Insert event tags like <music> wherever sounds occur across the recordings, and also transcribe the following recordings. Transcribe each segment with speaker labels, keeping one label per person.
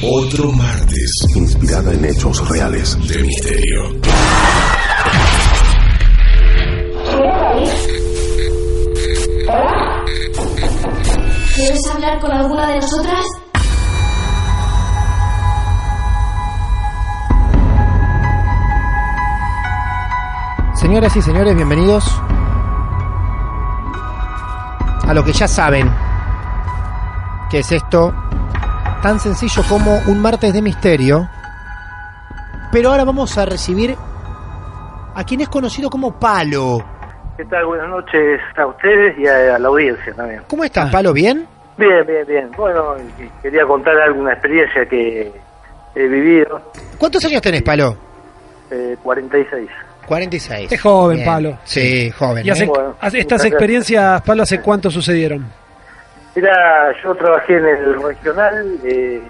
Speaker 1: otro martes
Speaker 2: inspirada en hechos reales.
Speaker 1: de misterio.
Speaker 3: ¿Quieres hablar con alguna de nosotras?
Speaker 4: Señoras y señores, bienvenidos a lo que ya saben, que es esto tan sencillo como un martes de misterio, pero ahora vamos a recibir a quien es conocido como Palo.
Speaker 5: ¿Qué tal? Buenas noches a ustedes y a, a la audiencia también.
Speaker 4: ¿Cómo
Speaker 6: Ah.
Speaker 4: estás, Palo? ¿Bien?
Speaker 5: Bien, bien, bien. Bueno, y quería contar alguna experiencia que he vivido.
Speaker 4: ¿Cuántos años tenés, Palo?
Speaker 5: Eh, 46.
Speaker 4: 46.
Speaker 6: Es joven, Palo.
Speaker 4: Sí, joven.
Speaker 6: ¿Y hace-
Speaker 4: ¿eh?
Speaker 5: Bueno,
Speaker 6: hace- estas
Speaker 5: muchas
Speaker 6: experiencias, Pablo, hace cuánto sucedieron?
Speaker 5: Mira, yo trabajé en el regional eh,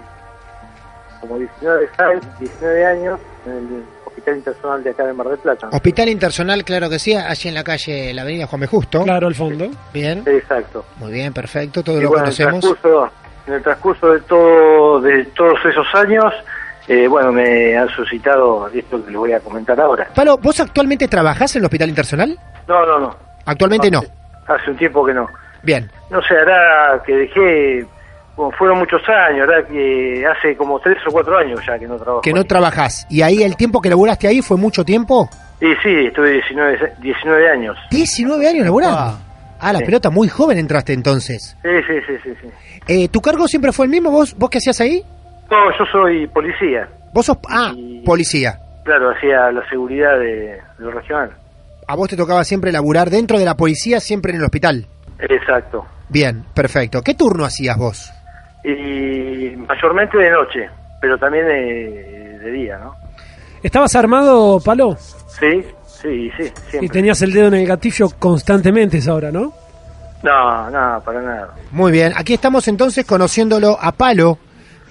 Speaker 5: como 19, años- 19 años en el Hospital Internacional de acá de Mar del Plata.
Speaker 4: Hospital Internacional, claro que sí, allí en la calle, la avenida Juan B. Justo.
Speaker 6: Claro, al fondo.
Speaker 4: Bien,
Speaker 5: Exacto.
Speaker 4: muy bien, perfecto, todo
Speaker 5: Y
Speaker 4: lo
Speaker 5: bueno, en el
Speaker 4: conocemos.
Speaker 5: transcurso, en el transcurso de, todo, de todos esos años, eh, bueno, me han suscitado esto que les voy a comentar ahora.
Speaker 4: Palo, ¿vos actualmente trabajás en el Hospital Internacional?
Speaker 5: No, no, no. Ah,
Speaker 4: Actualmente no.
Speaker 5: Hace un tiempo que no.
Speaker 4: Bien,
Speaker 5: no sé, hará que dejé, bueno, fueron muchos años, hará que hace como tres o cuatro años ya que no trabajo.
Speaker 4: que no
Speaker 5: ahí.
Speaker 4: trabajás. ¿Y ahí el tiempo que laburaste ahí fue mucho tiempo?
Speaker 5: Y sí, estuve 19, 19 años.
Speaker 4: 19 años laburando. Ah, la
Speaker 5: Sí.
Speaker 4: pelota, muy joven entraste entonces.
Speaker 5: Sí, sí, sí, sí. sí.
Speaker 4: Eh, ¿Tu cargo siempre fue el mismo? ¿Vos, vos qué hacías ahí?
Speaker 5: No, yo soy policía,
Speaker 4: Vos sos... Ah,
Speaker 5: Y-
Speaker 4: policía.
Speaker 5: claro, hacía la seguridad de, lo regional.
Speaker 4: A vos te tocaba siempre laburar dentro de la policía, siempre en el hospital.
Speaker 5: Exacto.
Speaker 4: Bien, perfecto. ¿Qué turno hacías vos?
Speaker 5: Y mayormente de noche, pero también eh, de día, ¿no?
Speaker 6: ¿Estabas armado, Palo?
Speaker 5: Sí, sí, sí,
Speaker 6: Y
Speaker 5: siempre.
Speaker 6: tenías el dedo en el gatillo constantemente esa hora, ¿no?
Speaker 5: No, no, para nada.
Speaker 4: Muy bien, aquí estamos entonces conociéndolo a Palo,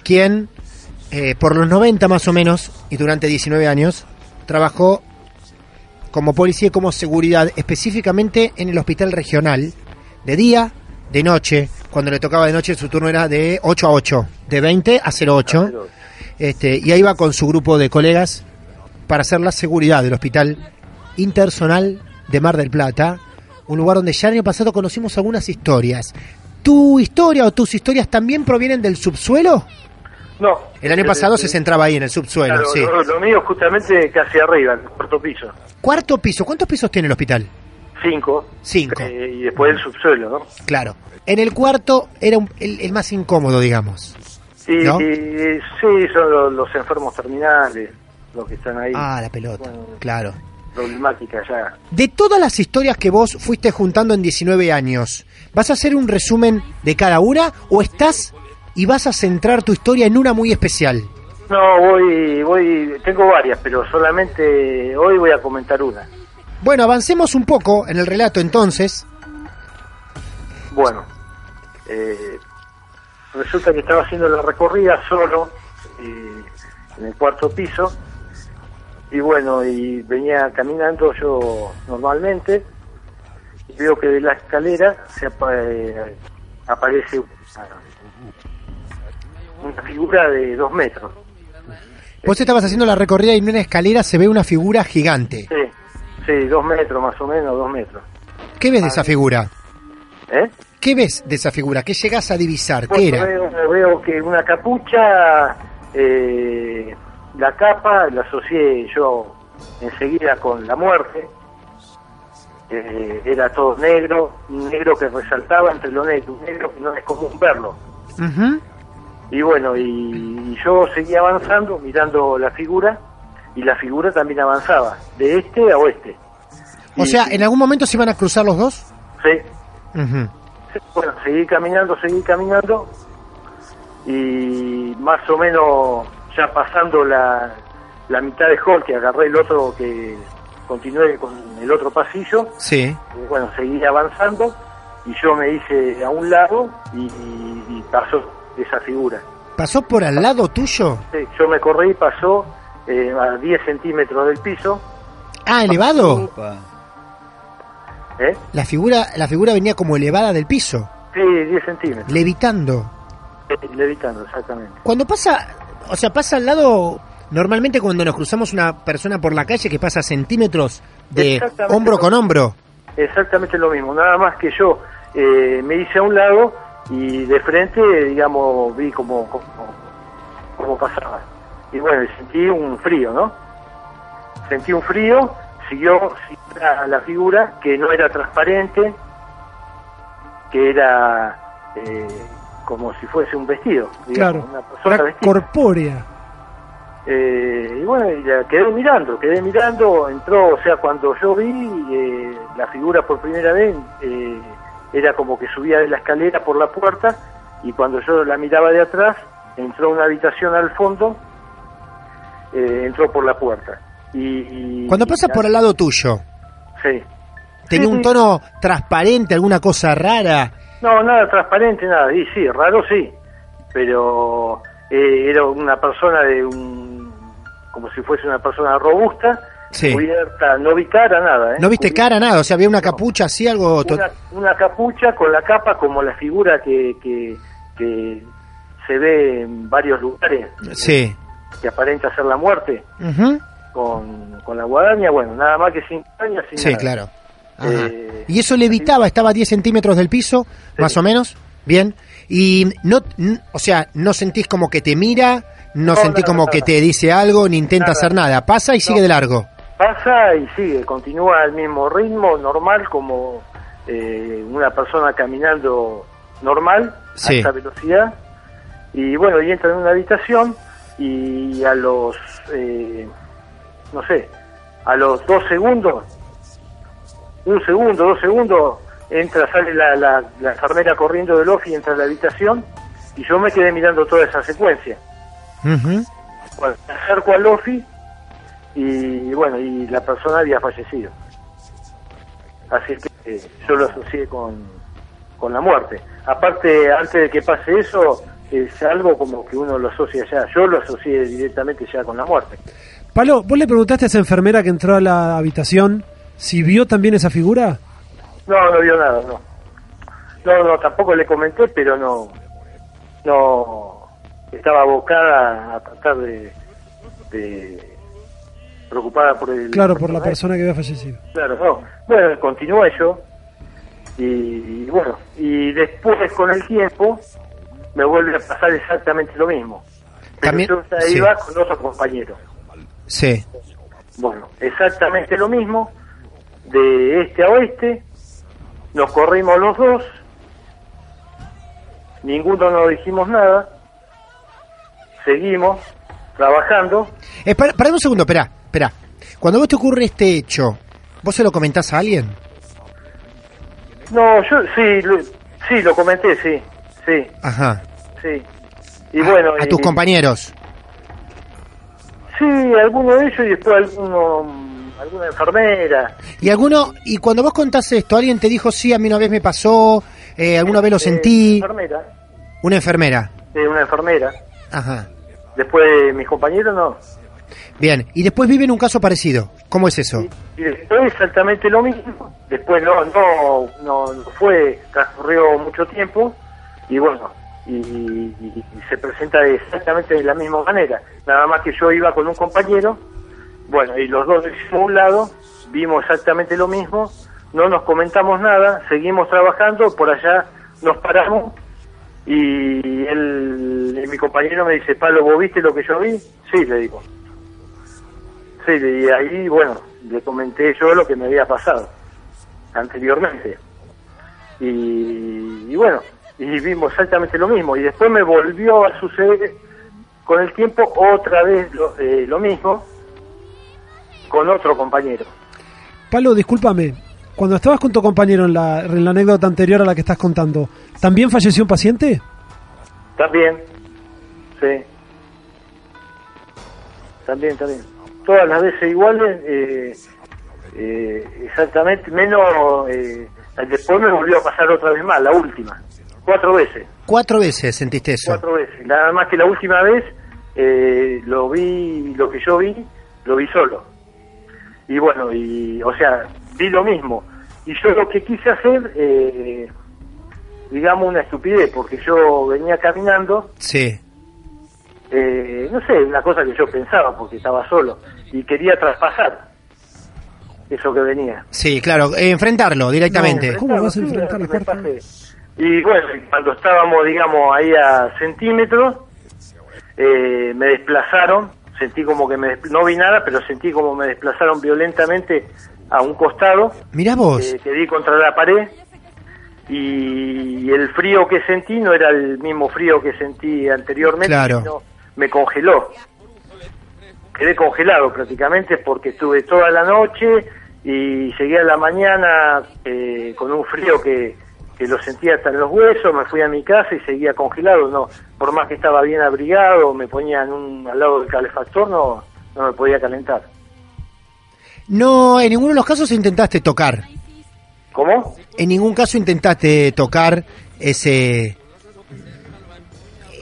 Speaker 4: quien eh, por los 90 más o menos y durante 19 años trabajó como policía y como seguridad, específicamente en el hospital regional, de día, de noche, cuando le tocaba de noche su turno era de 8 a 8, de 20 a 08, este, y ahí va con su grupo de colegas para hacer la seguridad del hospital Intersonal de Mar del Plata, un lugar donde ya el año pasado conocimos algunas historias. ¿Tu historia o tus historias también provienen del subsuelo?
Speaker 5: No.
Speaker 4: El año
Speaker 5: Yo-
Speaker 4: pasado se
Speaker 5: eh,
Speaker 4: centraba ahí en el subsuelo,
Speaker 5: claro,
Speaker 4: sí.
Speaker 5: lo, lo mío justamente casi arriba, en el cuarto piso.
Speaker 4: Cuarto piso, ¿cuántos pisos tiene el hospital?
Speaker 5: Cinco.
Speaker 4: Cinco.
Speaker 5: Eh, y después el subsuelo, ¿no?
Speaker 4: Claro. En el cuarto era un- el, el más incómodo, digamos.
Speaker 5: Y,
Speaker 4: ¿No?
Speaker 5: y- sí, son lo- los, enfermos terminales, los que están ahí,
Speaker 4: Ah, la pelota. Claro.
Speaker 5: problemática ya.
Speaker 4: De todas las historias que vos fuiste juntando en 19 años, ¿vas a hacer un resumen de cada una o estás y vas a centrar tu historia en una muy especial?
Speaker 5: No, voy, voy, tengo varias, pero solamente hoy voy a comentar una.
Speaker 4: Bueno, avancemos un poco en el relato entonces.
Speaker 5: Bueno, eh, resulta que estaba haciendo la recorrida solo eh, en el cuarto piso y bueno, y venía caminando yo normalmente y veo que de la escalera se apa- eh, aparece una- una figura de dos metros.
Speaker 4: Vos estabas haciendo la recorrida y en una escalera se ve una figura gigante.
Speaker 5: Sí, sí, dos metros más o menos, dos metros.
Speaker 4: ¿Qué ves de esa figura?
Speaker 5: ¿Eh?
Speaker 4: ¿Qué ves de esa figura? ¿Qué llegás a divisar? ¿Qué era?
Speaker 5: Bueno, Veo, veo que una capucha eh, La capa la asocié yo enseguida con la muerte. Eh, era todo negro, un negro que resaltaba entre lo negro, un negro que no es común verlo.
Speaker 4: Ujú.
Speaker 5: Y bueno, y, y yo seguía avanzando, mirando la figura, y la figura también avanzaba, de este a oeste.
Speaker 4: O
Speaker 5: Y-
Speaker 4: sea, ¿en algún momento se iban a cruzar los dos?
Speaker 5: Sí.
Speaker 4: Ujú.
Speaker 5: Bueno, seguí caminando, seguí caminando y más o menos ya pasando la, la mitad de hall que agarré el otro que continué con el otro pasillo,
Speaker 4: Sí.
Speaker 5: y bueno, seguí avanzando y yo me hice a un lado y, y- y pasó esa figura.
Speaker 4: ¿Pasó por al lado tuyo?
Speaker 5: Sí, Yo me corrí y pasó eh, a 10 centímetros del piso,
Speaker 4: Ah, elevado.
Speaker 5: ¿eh?
Speaker 4: La figura, la figura venía como elevada del piso,
Speaker 5: Sí, 10 centímetros,
Speaker 4: levitando.
Speaker 5: eh, levitando exactamente.
Speaker 4: Cuando pasa, o sea, pasa al lado. Normalmente cuando nos cruzamos una persona por la calle que pasa centímetros de
Speaker 5: Exactamente.
Speaker 4: hombro con hombro.
Speaker 5: Exactamente lo mismo, nada más que yo eh, me hice a un lado y de frente, digamos, vi como, como, como pasaba. Y bueno, y sentí un frío, ¿no? Sentí un frío, siguió, siguió la, la figura que no era transparente, que era eh, como si fuese un vestido, digamos,
Speaker 6: Claro.
Speaker 5: una persona
Speaker 6: Era
Speaker 5: vestida.
Speaker 6: corpórea.
Speaker 5: Eh, y bueno, y la quedé mirando, quedé mirando, entró, o sea, cuando yo vi eh, la figura por primera vez, eh, era como que subía de la escalera por la puerta y cuando yo la miraba de atrás, entró a una habitación al fondo, eh, entró por la puerta. Y, y-
Speaker 4: Cuando pasa
Speaker 5: y-
Speaker 4: por al lado tuyo,
Speaker 5: Sí.
Speaker 4: tenía
Speaker 5: Sí,
Speaker 4: un
Speaker 5: sí.
Speaker 4: tono transparente, alguna cosa rara.
Speaker 5: No, nada transparente, nada. Y sí, raro sí. Pero eh, era una persona de un. como si fuese una persona robusta,
Speaker 4: Sí.
Speaker 5: cubierta, no vi cara, nada. ¿eh?
Speaker 4: No viste
Speaker 5: Cubierta-
Speaker 4: cara, nada. O sea, había una
Speaker 5: No.
Speaker 4: capucha así, algo. to-
Speaker 5: Una, una capucha con la capa como la figura que, que, que se ve en varios lugares,
Speaker 4: Sí.
Speaker 5: que aparenta ser la muerte,
Speaker 4: Ujú.
Speaker 5: con, con la guadaña, bueno, nada más que sin guadaña, sin
Speaker 4: Sí,
Speaker 5: nada.
Speaker 4: claro. Ajá.
Speaker 5: Eh,
Speaker 4: y eso levitaba, estaba a 10 centímetros del piso, más o menos. Bien. Y no, n- o sea, no sentís como que te mira, no,
Speaker 5: No,
Speaker 4: sentís
Speaker 5: nada,
Speaker 4: como
Speaker 5: nada.
Speaker 4: que te dice algo, ni intenta
Speaker 5: Nada.
Speaker 4: hacer nada. Pasa y sigue de largo.
Speaker 5: pasa y sigue, continúa al mismo ritmo normal como eh, una persona caminando normal
Speaker 4: Sí.
Speaker 5: a esa velocidad y bueno, y entra en una habitación y a los, eh, no sé, a los dos segundos, un segundo, dos segundos, entra, sale la, la, la enfermera corriendo del off y entra a la habitación y yo me quedé mirando toda esa secuencia.
Speaker 4: Ujú.
Speaker 5: Bueno, me acerco al Lofi y bueno, y la persona había fallecido. Así que eh, yo lo asocié con, con la muerte. Aparte, antes de que pase eso, es algo como que uno lo asocia ya. Yo lo asocié directamente ya con la muerte.
Speaker 6: Palo, ¿vos le preguntaste a esa enfermera que entró a la habitación si vio también esa figura?
Speaker 5: No, no vio nada, no. No, no, tampoco le comenté, pero no. No. Estaba abocada a tratar de. de preocupada por el.
Speaker 6: Claro, por la
Speaker 5: personaje.
Speaker 6: persona que había fallecido.
Speaker 5: Claro, no. Bueno, continué yo. Y, y bueno, y después con el tiempo me vuelve a pasar exactamente lo mismo. Pero
Speaker 4: También-
Speaker 5: yo ya
Speaker 4: sí.
Speaker 5: iba con otro compañero.
Speaker 4: Sí.
Speaker 5: Bueno, exactamente lo mismo, de este a oeste, nos corrimos los dos, ninguno nos dijimos nada, seguimos trabajando,
Speaker 4: Espera, pará un segundo, espera, espera. Cuando vos te ocurre este hecho, ¿vos se lo comentás a alguien?
Speaker 5: no, yo sí, lo, sí, lo comenté, sí, sí,
Speaker 4: Ajá.
Speaker 5: sí. Y bueno,
Speaker 4: a, a tus
Speaker 5: eh,
Speaker 4: compañeros.
Speaker 5: Sí, alguno de ellos y después alguno, alguna enfermera.
Speaker 4: Y alguno, y cuando vos contás esto, alguien te dijo, sí, a mí una vez me pasó, eh, alguna vez lo
Speaker 5: Eh,
Speaker 4: sentí.
Speaker 5: Una enfermera,
Speaker 4: Una enfermera.
Speaker 5: eh, una enfermera.
Speaker 4: Ajá.
Speaker 5: Después mis compañeros no.
Speaker 4: Bien, y después viven un caso parecido. ¿Cómo es eso?
Speaker 5: Y después exactamente lo mismo. Después no, no, no, no fue, transcurrió mucho tiempo y bueno, y, y- y se presenta exactamente de la misma manera. Nada más que yo iba con un compañero, bueno, y los dos hicimos un lado, vimos exactamente lo mismo, no nos comentamos nada, seguimos trabajando, por allá nos paramos y él, mi compañero me dice, Pablo, ¿vos viste lo que yo vi? Sí, le digo. entonces, y ahí, bueno, le comenté yo lo que me había pasado anteriormente. Y, y bueno, y vimos exactamente lo mismo. Y después me volvió a suceder con el tiempo otra vez lo, eh, lo mismo con otro compañero.
Speaker 6: Palo, discúlpame. Cuando estabas con tu compañero en la, en la anécdota anterior a la que estás contando, ¿también falleció un paciente?
Speaker 5: También, sí. También, también. Todas las veces iguales, eh, eh, exactamente, menos... eh, después me volvió a pasar otra vez más, la última. Cuatro veces,
Speaker 4: Cuatro veces sentiste eso.
Speaker 5: cuatro veces. Nada más que la última vez eh, lo vi, lo que yo vi, lo vi solo. Y bueno, y o sea, vi lo mismo. Y yo lo que quise hacer, eh, digamos, una estupidez, porque yo venía caminando
Speaker 4: Sí.
Speaker 5: eh, no sé, una cosa que yo pensaba porque estaba solo y quería traspasar eso que venía.
Speaker 4: Sí, claro, eh, enfrentarlo directamente.
Speaker 6: No, ¿Cómo vas a enfrentar
Speaker 5: Sí,
Speaker 6: la
Speaker 5: me
Speaker 6: puerta?
Speaker 5: pasé. Y bueno, y cuando estábamos, digamos, ahí a centímetros, eh, me desplazaron, sentí como que me, des- no vi nada, pero sentí como me desplazaron violentamente a un costado,
Speaker 4: Mirá vos.
Speaker 5: eh, que di contra la pared, y el frío que sentí no era el mismo frío que sentí anteriormente,
Speaker 4: Claro.
Speaker 5: sino me congeló quedé congelado prácticamente porque estuve toda la noche y llegué a la mañana eh, con un frío que, que lo sentía hasta en los huesos, me fui a mi casa y seguía congelado, no, por más que estaba bien abrigado, me ponía en un, al lado del calefactor, no, no me podía calentar.
Speaker 4: No, en ninguno de los casos intentaste tocar.
Speaker 5: ¿Cómo?
Speaker 4: En ningún caso intentaste tocar ese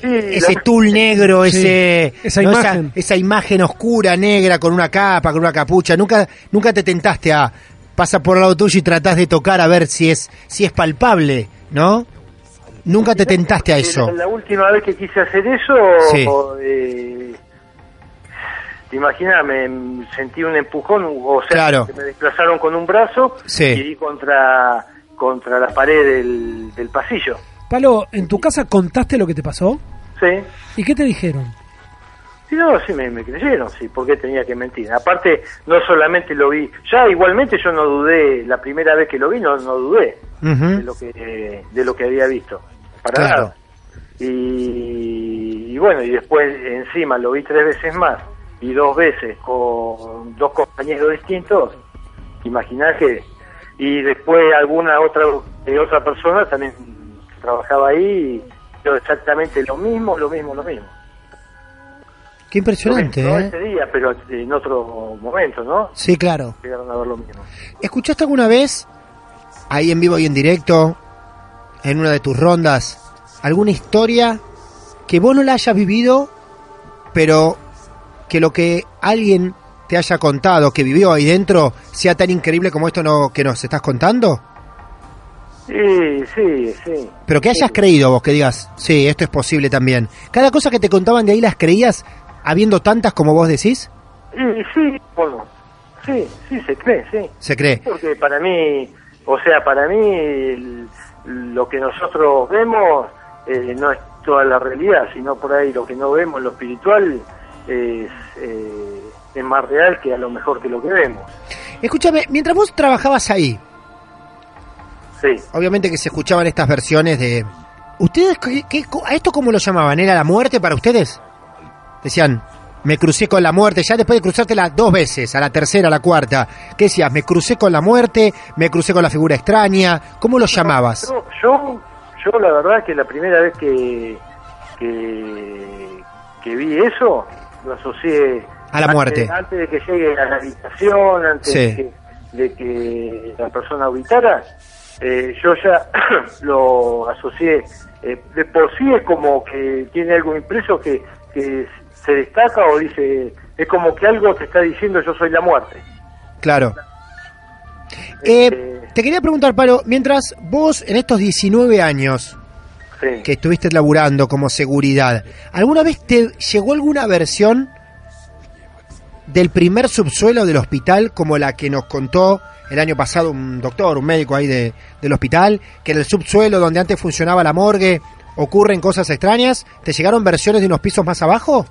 Speaker 5: Sí,
Speaker 4: ese
Speaker 5: la-
Speaker 4: tul negro,
Speaker 6: Sí,
Speaker 4: ese
Speaker 6: esa imagen.
Speaker 4: esa, esa imagen oscura negra con una capa, con una capucha. Nunca nunca te tentaste a pasa por el lado tuyo y tratás de tocar a ver si es si es palpable, ¿no? Nunca te tentaste a eso.
Speaker 5: La, la última vez que quise hacer eso,
Speaker 4: Sí.
Speaker 5: eh, te imaginas, me sentí un empujón, o sea,
Speaker 4: Claro.
Speaker 5: que me desplazaron con un brazo
Speaker 4: Sí.
Speaker 5: y di contra, contra la pared del, del pasillo.
Speaker 6: Palo, ¿en tu casa contaste lo que te pasó?
Speaker 5: Sí.
Speaker 6: ¿Y qué te dijeron?
Speaker 5: Sí, no, sí me, me creyeron, sí, porque tenía que mentir. Aparte, no solamente lo vi, ya igualmente yo no dudé, la primera vez que lo vi no, no dudé
Speaker 4: Ujú.
Speaker 5: de, lo que, eh, de lo que había visto, para
Speaker 4: Claro.
Speaker 5: nada. Y, y bueno, y después encima lo vi tres veces más y dos veces con dos compañeros distintos, imaginás que... Y después alguna otra eh, otra persona también trabajaba ahí, y yo exactamente lo mismo, lo mismo, lo mismo.
Speaker 4: Qué impresionante,
Speaker 5: No
Speaker 4: ¿eh?
Speaker 5: ese día, pero en otro momento, ¿no?
Speaker 4: Sí, claro.
Speaker 5: Llegaron a ver lo mismo.
Speaker 4: ¿Escuchaste alguna vez, ahí en vivo y en directo, en una de tus rondas, alguna historia que vos no la hayas vivido, pero que lo que alguien te haya contado, que vivió ahí dentro, sea tan increíble como esto no, que nos estás contando?
Speaker 5: Sí, sí, sí.
Speaker 4: Pero que hayas
Speaker 5: Sí.
Speaker 4: creído vos, que digas, sí, esto es posible también. ¿Cada cosa que te contaban de ahí las creías, habiendo tantas como vos decís?
Speaker 5: Y sí, bueno, sí, sí, se cree, sí.
Speaker 4: Se cree.
Speaker 5: Porque para mí, o sea, para mí el- lo que nosotros vemos eh, no es toda la realidad, sino por ahí lo que no vemos, lo espiritual, es, eh, es más real que a lo mejor que lo que vemos.
Speaker 4: Escúchame, mientras vos trabajabas ahí,
Speaker 5: Sí.
Speaker 4: obviamente que se escuchaban estas versiones de... ¿Ustedes qué, qué- a esto cómo lo llamaban? ¿Era la muerte para ustedes? Decían, me crucé con la muerte, ya después de cruzártela dos veces, a la tercera, a la cuarta. ¿Qué decías? Me crucé con la muerte, me crucé con la figura extraña. ¿Cómo lo llamabas?
Speaker 5: Yo, yo, yo la verdad que la primera vez que, que, que vi eso, lo asocié
Speaker 4: A la muerte.
Speaker 5: Antes, antes de que llegue a la habitación, antes
Speaker 4: Sí.
Speaker 5: de, que, de que la persona habitara, eh, yo ya <clears throat> lo asocié. eh, de por sí es como que tiene algo impreso que, que se destaca o dice, es como que algo te está diciendo yo soy la muerte.
Speaker 4: Claro. Eh,
Speaker 5: Este,
Speaker 4: te quería preguntar, Palo, mientras vos en estos 19 años
Speaker 5: sí.
Speaker 4: que estuviste laburando como seguridad, ¿alguna vez te llegó alguna versión del primer subsuelo del hospital como la que nos contó el año pasado un doctor, un médico ahí de, del hospital, que en el subsuelo donde antes funcionaba la morgue ocurren cosas extrañas? ¿Te llegaron versiones de unos pisos más abajo?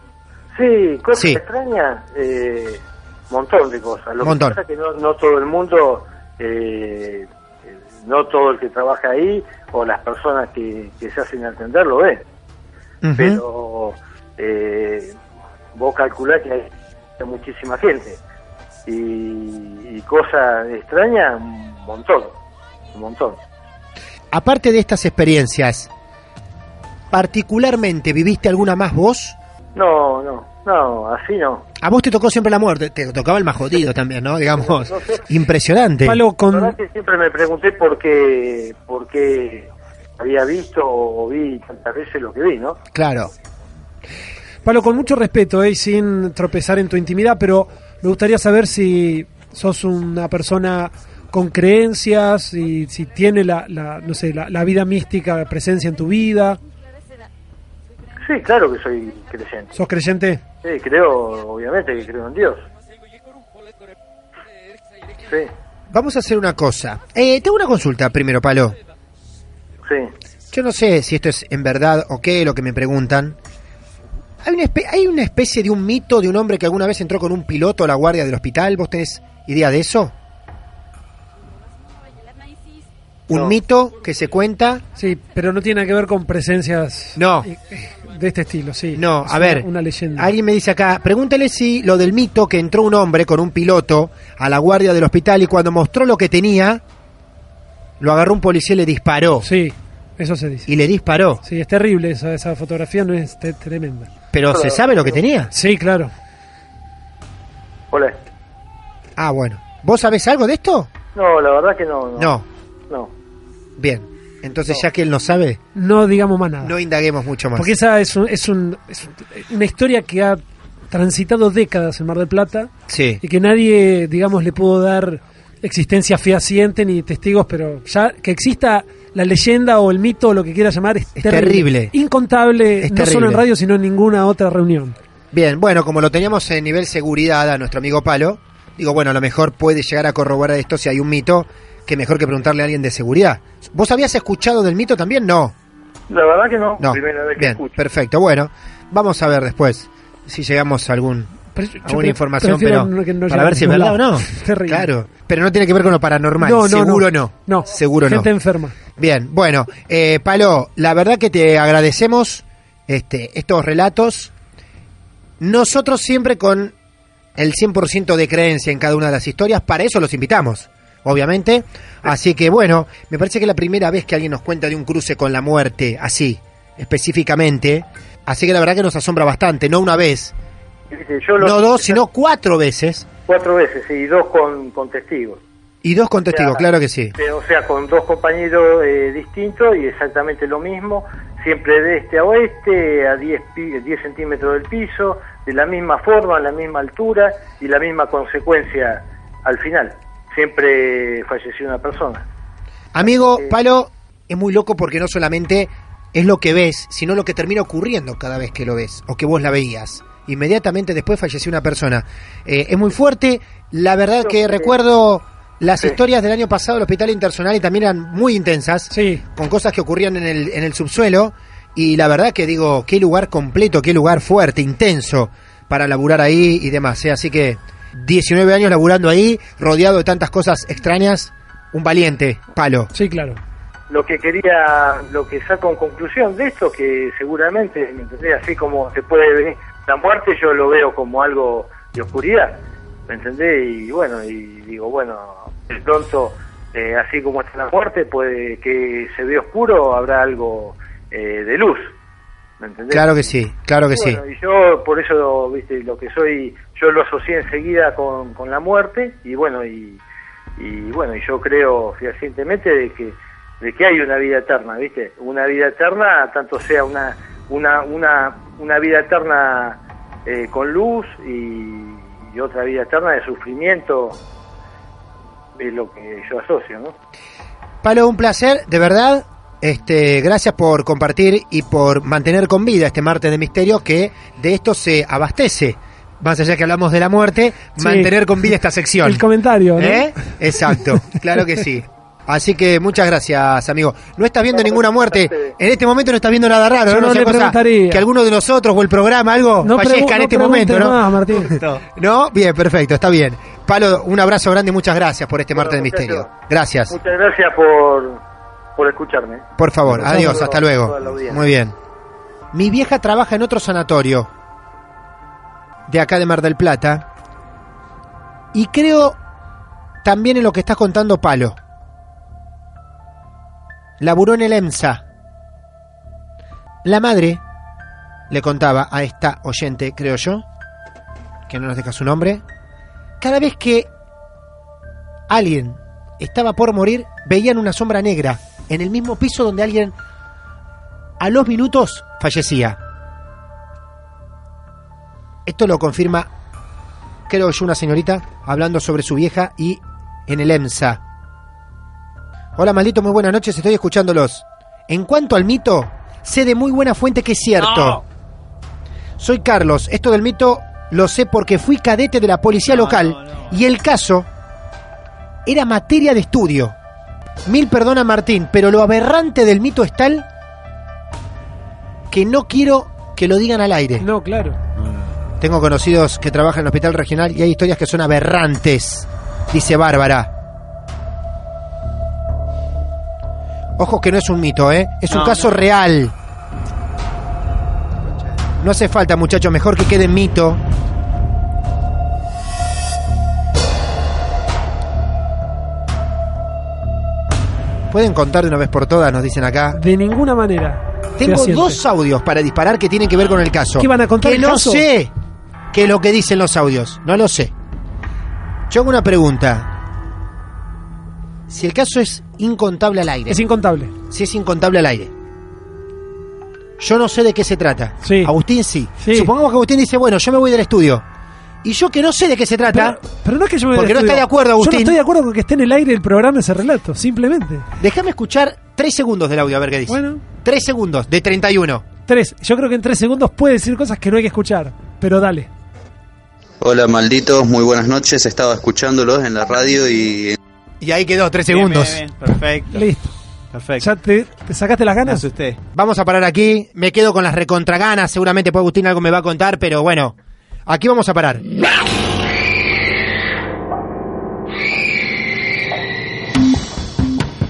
Speaker 5: Sí, cosas
Speaker 4: Sí.
Speaker 5: extrañas. eh, montón de cosas. Lo
Speaker 4: Montón.
Speaker 5: que pasa es que no, no todo el mundo, eh, eh, no todo el que trabaja ahí o las personas que, que se hacen atender lo ven.
Speaker 4: Ujú.
Speaker 5: Pero eh, vos calculás que hay muchísima gente y, y cosas extrañas, un montón, un montón.
Speaker 4: Aparte de estas experiencias, ¿particularmente viviste alguna más vos?
Speaker 5: No, no, no, así no.
Speaker 4: A vos te tocó siempre la muerte, te tocaba el más jodido también, ¿no? Digamos,
Speaker 5: No sé.
Speaker 4: impresionante.
Speaker 6: Palo,
Speaker 5: La
Speaker 6: con,
Speaker 5: verdad que siempre me pregunté por qué, por qué había visto o vi tantas veces lo que vi, ¿no?
Speaker 4: Claro.
Speaker 6: Palo, con mucho respeto eh, y sin tropezar en tu intimidad, pero me gustaría saber si sos una persona con creencias y si tiene la, la, no sé, la, la vida mística presencia en tu vida.
Speaker 5: Sí, claro que soy creyente.
Speaker 6: ¿Sos creyente?
Speaker 5: Sí, creo, obviamente que creo en Dios. Sí,
Speaker 4: Vamos a hacer una cosa. Eh, tengo una consulta primero, Palo.
Speaker 5: sí.
Speaker 4: Yo no sé si esto es en verdad o qué, lo que me preguntan. Hay una, espe- hay una especie de un mito de un hombre que alguna vez entró con un piloto a la guardia del hospital. ¿Vos tenés idea de eso? Un
Speaker 5: No.
Speaker 4: mito que se cuenta.
Speaker 6: Sí, pero no tiene nada que ver con presencias
Speaker 4: No.
Speaker 6: eh, eh, de este estilo, sí.
Speaker 4: No,
Speaker 6: Es
Speaker 4: a
Speaker 6: una-
Speaker 4: ver.
Speaker 6: Una, leyenda.
Speaker 4: Alguien me dice acá, pregúntale si lo del mito que entró un hombre con un piloto a la guardia del hospital y cuando mostró lo que tenía, lo agarró un policía y le disparó.
Speaker 6: Sí, eso se dice.
Speaker 4: Y le disparó.
Speaker 6: Sí, es terrible esa, esa fotografía, no es te- tremenda.
Speaker 4: Pero se sabe lo que tenía.
Speaker 6: Sí, claro.
Speaker 5: Hola.
Speaker 4: Ah, bueno. ¿Vos sabés algo de esto?
Speaker 5: No, la verdad que no. No.
Speaker 4: No.
Speaker 5: no.
Speaker 4: Bien. Entonces, ya que él no Ah. sabe,
Speaker 6: No digamos más nada.
Speaker 4: no indaguemos mucho más.
Speaker 6: Porque esa es, un- es, un- es un- una historia que ha transitado décadas en Mar del Plata
Speaker 4: Sí.
Speaker 6: y que nadie, digamos, le pudo dar existencia fehaciente ni testigos, pero ya que exista la leyenda o el mito o lo que quiera llamar es,
Speaker 4: Es terrible.
Speaker 6: Incontable,
Speaker 4: Es
Speaker 6: no solo
Speaker 4: terrible.
Speaker 6: en radio, sino en ninguna otra reunión.
Speaker 4: Bien, bueno, como lo teníamos en nivel seguridad a nuestro amigo Palo, digo, bueno, a lo mejor puede llegar a corroborar esto si hay un mito, que mejor que preguntarle a alguien de seguridad. ¿Vos habías escuchado del mito también? No.
Speaker 5: La verdad que no.
Speaker 4: No.
Speaker 5: Primera vez que
Speaker 4: Bien,
Speaker 5: escucho.
Speaker 4: perfecto. Bueno, vamos a ver después si llegamos a algún
Speaker 6: Pero yo
Speaker 4: alguna
Speaker 6: pre-
Speaker 4: información,
Speaker 6: prefiero
Speaker 4: pero
Speaker 6: no- que no
Speaker 4: para ver si es
Speaker 6: llegue a
Speaker 4: verdad
Speaker 6: ningún
Speaker 4: o no.
Speaker 6: <laughs> lado. Terrible.
Speaker 4: Claro, pero no tiene que ver con lo paranormal,
Speaker 6: No, no,
Speaker 4: seguro
Speaker 6: no.
Speaker 4: no.
Speaker 6: No.
Speaker 4: seguro
Speaker 6: Gente
Speaker 4: no.
Speaker 6: enferma.
Speaker 4: Bien, bueno, eh, Palo, la verdad que te agradecemos este, estos relatos. Nosotros siempre con el 100% de creencia en cada una de las historias, para eso los invitamos, obviamente. Así que bueno, me parece que es la primera vez que alguien nos cuenta de un cruce con la muerte, así, específicamente. Así que la verdad que nos asombra bastante, no una vez,
Speaker 5: Dice, yo lo-
Speaker 4: no dos, sino cuatro veces.
Speaker 5: Cuatro veces, sí, y dos con, con testigos.
Speaker 4: Y dos con testigos,
Speaker 5: Claro.
Speaker 4: claro que sí.
Speaker 5: Eh, O sea, con dos compañeros eh, distintos y exactamente lo mismo, siempre de este a oeste, a 10, pi- 10 centímetros del piso, de la misma forma, a la misma altura y la misma consecuencia al final. Siempre falleció una persona.
Speaker 4: Amigo,
Speaker 5: Eh,
Speaker 4: Palo, es muy loco porque no solamente es lo que ves, sino lo que termina ocurriendo cada vez que lo ves o que vos la veías. Inmediatamente después falleció una persona. Eh, es muy fuerte. La verdad que
Speaker 5: Sí.
Speaker 4: recuerdo las
Speaker 5: Sí.
Speaker 4: historias del año pasado del Hospital Internacional y también eran muy intensas,
Speaker 6: Sí.
Speaker 4: con cosas que ocurrían en el, en el subsuelo. Y la verdad que digo, qué lugar completo, qué lugar fuerte, intenso para laburar ahí y demás. ¿eh? Así que 19 años laburando ahí, rodeado de tantas cosas extrañas, un valiente, palo.
Speaker 6: Sí, claro.
Speaker 5: Lo que quería, lo que saco en conclusión de esto, que seguramente, ¿me entendés? Así como se puede venir la muerte, yo lo veo como algo de oscuridad, ¿me entendés? Y bueno, y digo, bueno, de pronto, eh, así como está la muerte, puede que se ve oscuro, habrá algo eh, de luz, ¿me entendés?
Speaker 4: Claro que sí, claro que sí.
Speaker 5: Bueno, y yo por eso, viste, lo que soy, yo lo asocié enseguida con, con la muerte y bueno, y, y bueno, y yo creo fehacientemente de que, de que hay una vida eterna, viste, una vida eterna, tanto sea una, una, una, una vida eterna eh, con luz y, y otra vida eterna de sufrimiento, es lo que yo asocio, ¿no?
Speaker 4: Palo, un placer, de verdad. Este, gracias por compartir y por mantener con vida este martes de misterio que de esto se abastece. Más allá que hablamos de la muerte,
Speaker 6: Sí.
Speaker 4: mantener con vida esta sección.
Speaker 6: El comentario, ¿no?
Speaker 4: ¿Eh? Exacto, ¿Eh? claro que sí. Así que muchas gracias, amigo. No estás viendo
Speaker 5: No,
Speaker 4: ninguna muerte.
Speaker 5: gracias a ustedes.
Speaker 4: En este momento no estás viendo nada raro.
Speaker 6: Yo
Speaker 4: ¿no?
Speaker 6: no
Speaker 4: Sea
Speaker 6: le
Speaker 4: cosa
Speaker 6: preguntaría.
Speaker 4: Que alguno de nosotros o el programa, algo,
Speaker 6: pregu-
Speaker 4: fallezca en este
Speaker 6: preguntes
Speaker 4: momento, ¿no?
Speaker 6: más, Martín.
Speaker 4: ¿No? Bien, perfecto, está bien. Palo, un abrazo grande y muchas gracias por este
Speaker 5: Bueno,
Speaker 4: martes de
Speaker 5: muchachos.
Speaker 4: misterio. Gracias.
Speaker 5: Muchas gracias por, por escucharme.
Speaker 4: Por favor,
Speaker 5: Gracias.
Speaker 4: adiós,
Speaker 5: Saludos
Speaker 4: hasta
Speaker 5: a
Speaker 4: luego.
Speaker 5: toda la audiencia.
Speaker 4: Muy bien. Mi vieja trabaja en otro sanatorio de acá de Mar del Plata. Y creo también en lo que está contando Palo. Laburó en el EMSA. La madre le contaba a esta oyente, creo yo, que no nos deja su nombre, cada vez que alguien estaba por morir, veían una sombra negra en el mismo piso donde alguien a los minutos fallecía. Esto lo confirma, creo yo, una señorita hablando sobre su vieja y en el EMSA. Hola, maldito, muy buenas noches, estoy escuchándolos. En cuanto al mito, sé de muy buena fuente que es cierto. Soy Carlos, esto del mito lo sé porque fui cadete de la policía local y el caso era materia de estudio. Mil perdona Martín, pero lo aberrante del mito es tal que no quiero que lo digan al aire.
Speaker 6: No, claro.
Speaker 4: Tengo conocidos que trabajan en el hospital regional y hay historias que son aberrantes, dice Bárbara. Ojo que no es un mito, ¿eh? Es un caso real. No hace falta, muchachos, mejor que quede mito. Pueden contar de una vez por todas, nos dicen acá.
Speaker 6: De ninguna manera.
Speaker 4: Tengo
Speaker 6: Fehaciente.
Speaker 4: dos audios para disparar que tienen que ver con el caso.
Speaker 6: ¿Qué van a contar
Speaker 4: Que
Speaker 6: el
Speaker 4: no
Speaker 6: caso?
Speaker 4: sé qué es lo que dicen los audios. No lo sé. Yo hago una pregunta. Si el caso es incontable al aire.
Speaker 6: Es incontable.
Speaker 4: si es incontable al aire. Yo no sé de qué se trata.
Speaker 6: Sí.
Speaker 4: Agustín sí.
Speaker 6: Sí.
Speaker 4: Supongamos que Agustín dice, bueno, yo me voy del estudio. Y yo que no sé de qué se trata,
Speaker 6: Pero, pero no es que yo me
Speaker 4: Ah, Porque no
Speaker 6: estoy-
Speaker 4: está de acuerdo, Agustín.
Speaker 6: Yo no estoy de acuerdo con que esté en el aire el programa ese relato, simplemente.
Speaker 4: déjame escuchar tres segundos del audio a ver qué dice.
Speaker 6: Bueno.
Speaker 4: Tres segundos de 31.
Speaker 6: Tres. Yo creo que en tres segundos puede decir cosas que no hay que escuchar. Pero dale.
Speaker 7: Hola malditos, muy buenas noches. Estaba escuchándolos en la radio y
Speaker 4: Y ahí quedó, tres segundos.
Speaker 8: Perfecto,
Speaker 6: Listo.
Speaker 8: perfecto.
Speaker 6: ¿Ya te, te sacaste las
Speaker 8: Me
Speaker 6: ganas?
Speaker 8: asusté.
Speaker 4: Vamos a parar aquí. Me quedo con las recontraganas. Seguramente pues, Agustín algo me va a contar, pero bueno. Aquí vamos a parar.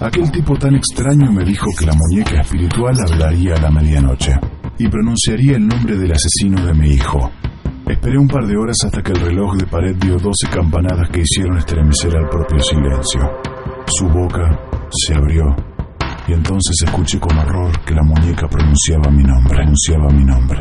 Speaker 9: Aquel tipo tan extraño me dijo que la muñeca espiritual hablaría a la medianoche y pronunciaría el nombre del asesino de mi hijo. Esperé un par de horas hasta que el reloj de pared dio doce campanadas que hicieron estremecer al propio silencio. Su boca se abrió y entonces escuché con horror que la muñeca pronunciaba mi nombre, pronunciaba mi nombre.